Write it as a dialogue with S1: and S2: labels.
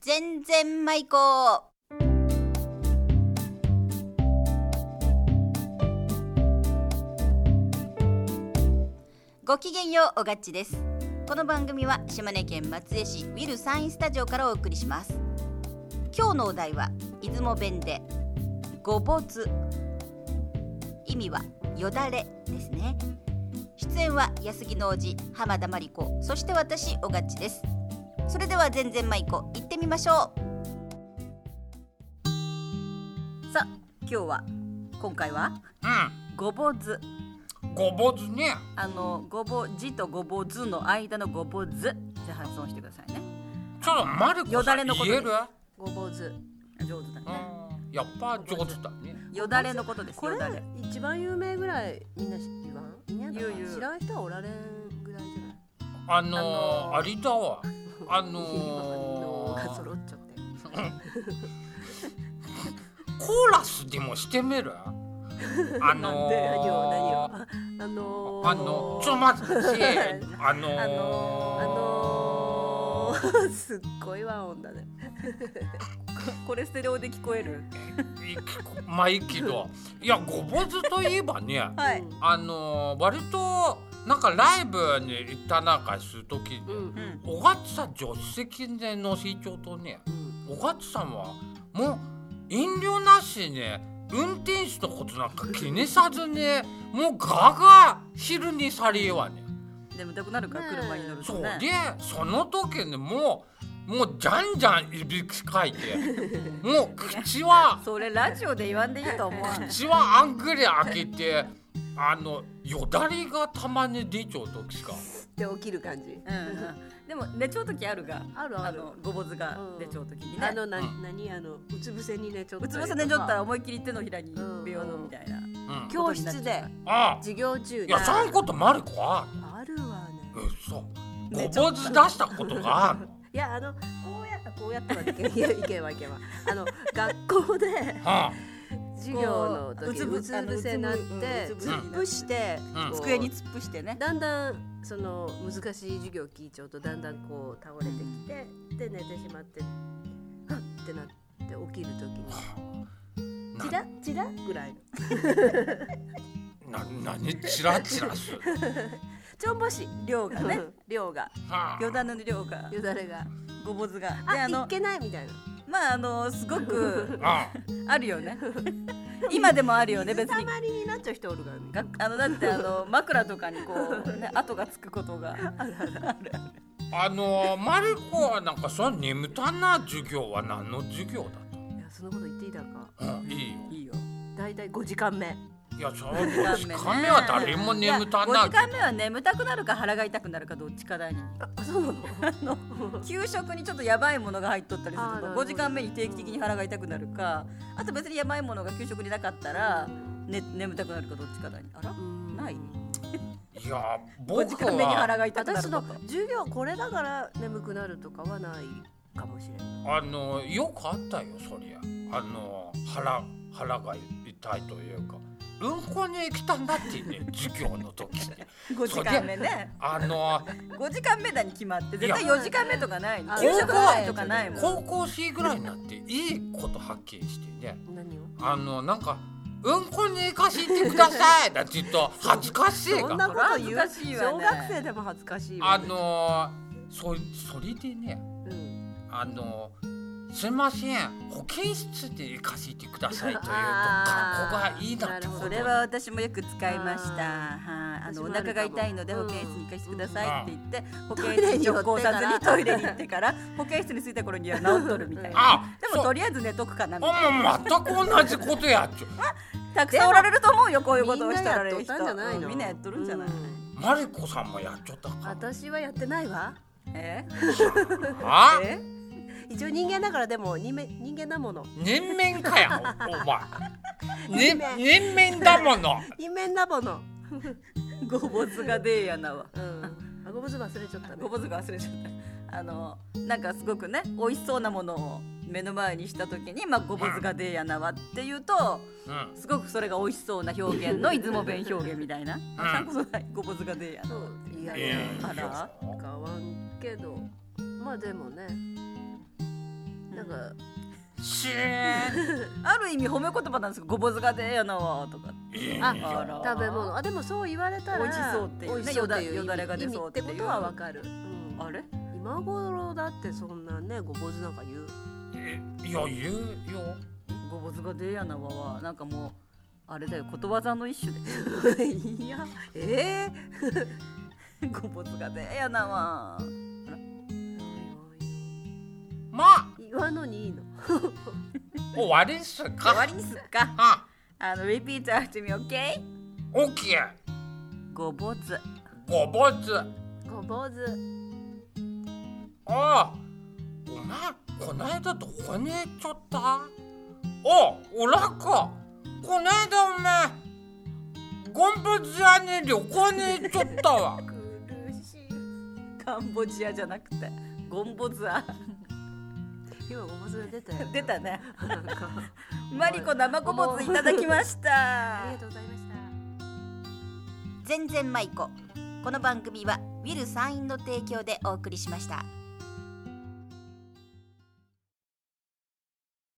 S1: 全然舞子ごきげんようおがっちですこの番組は島根県松江市ウィルサインスタジオからお送りします今日のお題は出雲弁でごぼつ意味はよだれですね出演は安木の王子浜田真理子そして私おがっちですそれでは全然舞子行ってみましょうさあ今日は今回は
S2: う
S1: ごぼず
S2: ん、ごぼずね。
S1: あのごぼじとごぼずの間のごぼずって発音してくださいね
S2: ちょっとマルコさん
S1: よだれのこと
S2: 言え
S1: です
S2: る？
S1: ごぼず上手だ
S2: う
S1: ね
S2: ん、やっぱ上手だね。
S1: よだれのことです
S3: こ
S1: よ
S3: れ
S1: だれ
S3: 一番有名ぐらいみんな知言わんいや
S1: 言う言う
S3: 知らん人はおられんぐらいじゃない
S2: あのー
S1: あのー
S2: あれだわ。あのー
S3: 今が揃っちゃって
S2: コーラスでもしてみる？あの
S3: で何を何を
S2: ー、
S3: ああのー、
S2: あのちょっと待って、あのー、
S3: あのー、あのー、 すっごい和音だね
S1: これステレオで聞こえる
S2: い聞こまあいいけど、いやごぼずといえばね、
S1: は
S3: う
S1: い
S3: ん
S2: あのー、割となんかライブに行ったなんかするときに。
S3: うんうん
S1: うん
S2: 小勝さん助手席での成長とね小勝さんはもう遠慮なしね運転手のことなんか気にさずねもうガガ昼にされよわね
S1: 眠たくなるから
S3: ねえ
S1: 車に乗ると
S2: そう
S1: ね
S2: でその時にもうもうじゃんじゃんいびきかいて もう口は
S1: それラジオで言わんでいいと思う
S2: 口はあんぐり開けてあのよだれがたまに出ちゃう時か
S3: で起きる感じ
S1: うんうんでも寝ちゃう時あるが
S3: ある
S1: あ
S3: ある
S1: のごぼずが出ちゃう時に
S3: あ
S1: ね
S3: のな、
S2: うん
S3: 何あのうつ伏せにねちょっと
S1: うつぶせ寝ちゃったら思いっきり手のひらに
S3: うん
S1: 病のみたいな
S2: うん
S3: 教室で
S2: ああ
S3: 授業中
S2: い
S3: で
S2: やそんことマルコは
S3: あるわね
S2: 嘘
S1: ね
S2: ごぼず出したことがあるの
S3: いやあのこうやったこうやったらいけんいやいけんわいけ んわあの学校で
S2: は
S3: 授業の
S1: こうう
S3: 時
S1: つぶ
S3: うつ伏せになって
S1: うんうつぶせにな
S3: 突
S1: って
S3: っ伏して
S2: うん
S3: こう
S1: 机に突っ伏してね
S3: だんだんその難しい授業聞いちゃうとだんだんこう倒れてきてで寝てしまってはっってなって起きる時に
S2: あ
S3: チラチラぐらいの
S2: なな何チラチラする
S1: ちょんぼし量がね
S3: うん
S1: 量が
S2: はあ
S1: よだれの量が
S3: よだれが
S1: ごぼずがで
S3: あ
S1: あ
S3: い
S1: の
S3: っけないみたいな
S1: まああのすご く
S2: あ
S1: あるよね今でもあるよね別
S3: た
S1: に
S3: まりになっちゃう人おるからね
S1: があのだってあの枕とかにこう、ね、跡がつくことが
S2: あのーマルコはなんかその眠たな授業は何の授業だっ
S3: いやそのこと言っていいだか
S2: たうんいいよ
S1: いいよ
S3: だいたい5時間目
S2: いやそうです亀は誰も眠た
S1: いや
S2: な
S1: 5時間目は眠たくなるか腹が痛くなるかどっちかだに
S3: あそうなの
S1: 給食にちょっとやばいものが入っとったりす
S3: あーな
S1: る
S3: るほ
S1: と
S3: ど
S1: 5時間目に定期的に腹が痛くなるかあと別にやばいものが給食になかったら、ね、眠たくなるかどっちかだにあら
S3: うん
S1: ない
S2: いや
S1: 5時
S2: 僕
S1: 間目に
S2: は
S1: 腹が痛くな
S3: 私
S1: る
S3: そ
S1: こ
S3: の
S1: と
S3: 授業これだから眠くなるとかはないかもしれない
S2: あのーよくあったよそりゃあのー腹腹が痛いというかうんこに来たんだってね授業の時に
S1: 5時間目ね
S2: あの ー
S1: 5時間目だに決まって絶対
S2: い
S3: や
S1: 4時間目とかないの
S3: あ
S1: 給食の前とかないもん
S2: 高校生ぐらいになっていいこと発見してね
S3: 何を
S2: あのなんか「うんこに行かせてください」だって言うと恥ずかしい
S3: そん
S2: が
S3: なこと言う
S1: 恥ずかしいわね
S3: 小学生でも恥ずかしいわ
S2: あ
S3: ね
S2: のー、そそれでね
S3: うん
S2: あのーすいません保健室で行かせてくださいというと
S3: あ
S2: 学
S3: ー
S2: 校がいいなってこ
S3: なる
S2: と
S3: ほ
S1: そ
S3: ど
S1: れは私もよく使いました。
S3: あ
S1: はい、あのお
S3: 私もあるかも
S1: 腹が痛いので
S3: う
S1: 保
S3: ん
S1: 健室に行かせてくださいって言って、保
S3: ト
S1: 健
S3: イレ
S1: 室
S3: に
S1: に
S3: 寄って
S1: 直
S3: か
S1: 行さず
S3: ら
S1: にトイレに行ってから保健室に着いた頃には治っとるみたいな。
S2: あ
S1: で
S2: そ
S1: もとりあえず寝とくかなみたいな。
S2: あもう全く同じことやっちゅう
S1: たくさんおられると思うよこういうことをしたられ
S3: みんなやっと
S1: る人
S3: ったんじゃないの
S1: うんみんなやっとるんじゃない。
S3: うん
S2: マリコさんもやっちゃったか
S3: 私はやってないわ
S1: え？
S2: あ
S1: え？
S3: 一応人間だからでも人間人間だもの
S2: 年面かやおお前、ね、年面だもの
S3: 人間だもの
S1: ごぼつがでーやなわ。
S3: うんあごぼず忘れちゃったね
S1: ごぼつが忘れちゃった。あのなんかすごくね美味しそうなものを目の前にした時にまあごぼつがでーやなわっていうと。
S2: うん
S1: すごくそれが美味しそうな表現の出雲弁表現みたいな。あ、さんこそない、ごぼずがでえやな。
S3: そういや
S2: いやいや
S1: あら
S3: 変わんけどまあでもね
S2: シーン
S1: ある意味褒め言葉なんですけど「ごぼずがでえやなわ」とか
S2: いいよ
S3: あ
S1: あら
S3: 食べ物あでもそう言われたら
S1: 美味しそうっていうね
S3: 美味しそうっていう
S1: よだよだれが出そうって
S3: 意
S1: いう
S3: 味ってことはわかる、うん
S1: あれ
S3: 今頃だってそんなねごぼうずなんか言う
S2: えいや言うよ
S1: ごぼずがでえやなわはなんかもうあれだよことわざの一種で
S3: いやええ
S1: ごぼずがでえやなわ
S2: まあ
S3: 言わんのにいいの
S2: 終わりっすか
S1: 終わりにすっか
S2: あ
S1: あの repeat after me OK
S2: オッケー
S1: ごぼず
S2: ごぼうず
S3: ごぼうず
S2: ああお前こないだどこに行っちゃったあおらかこないだお前ゴンボツ屋に旅行に行っちゃったわ
S3: 苦しい
S1: カンボジアじゃなくてゴンボズア
S3: 今ごぼうず出たよ
S1: 出たね
S3: なんか
S1: マリコ生ごぼずいただきまし
S3: ありがと
S1: た
S3: うございました
S1: 全然舞子この番組はウィル・サインの提供でお送りしました。